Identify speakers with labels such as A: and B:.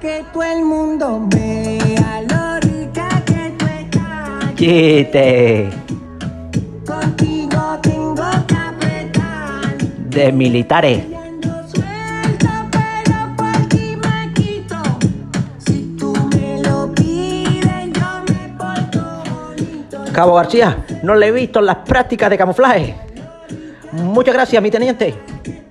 A: que todo el mundo vea, lo rica que tú estás.
B: Chiste
A: Contigo tengo que apretar.
B: de militares.
A: Y ando suelta, pero por ti me quito. Si tú me lo pides, yo me porto bonito.
B: Cabo García, no le he visto las prácticas de camuflaje. Muchas gracias, mi teniente.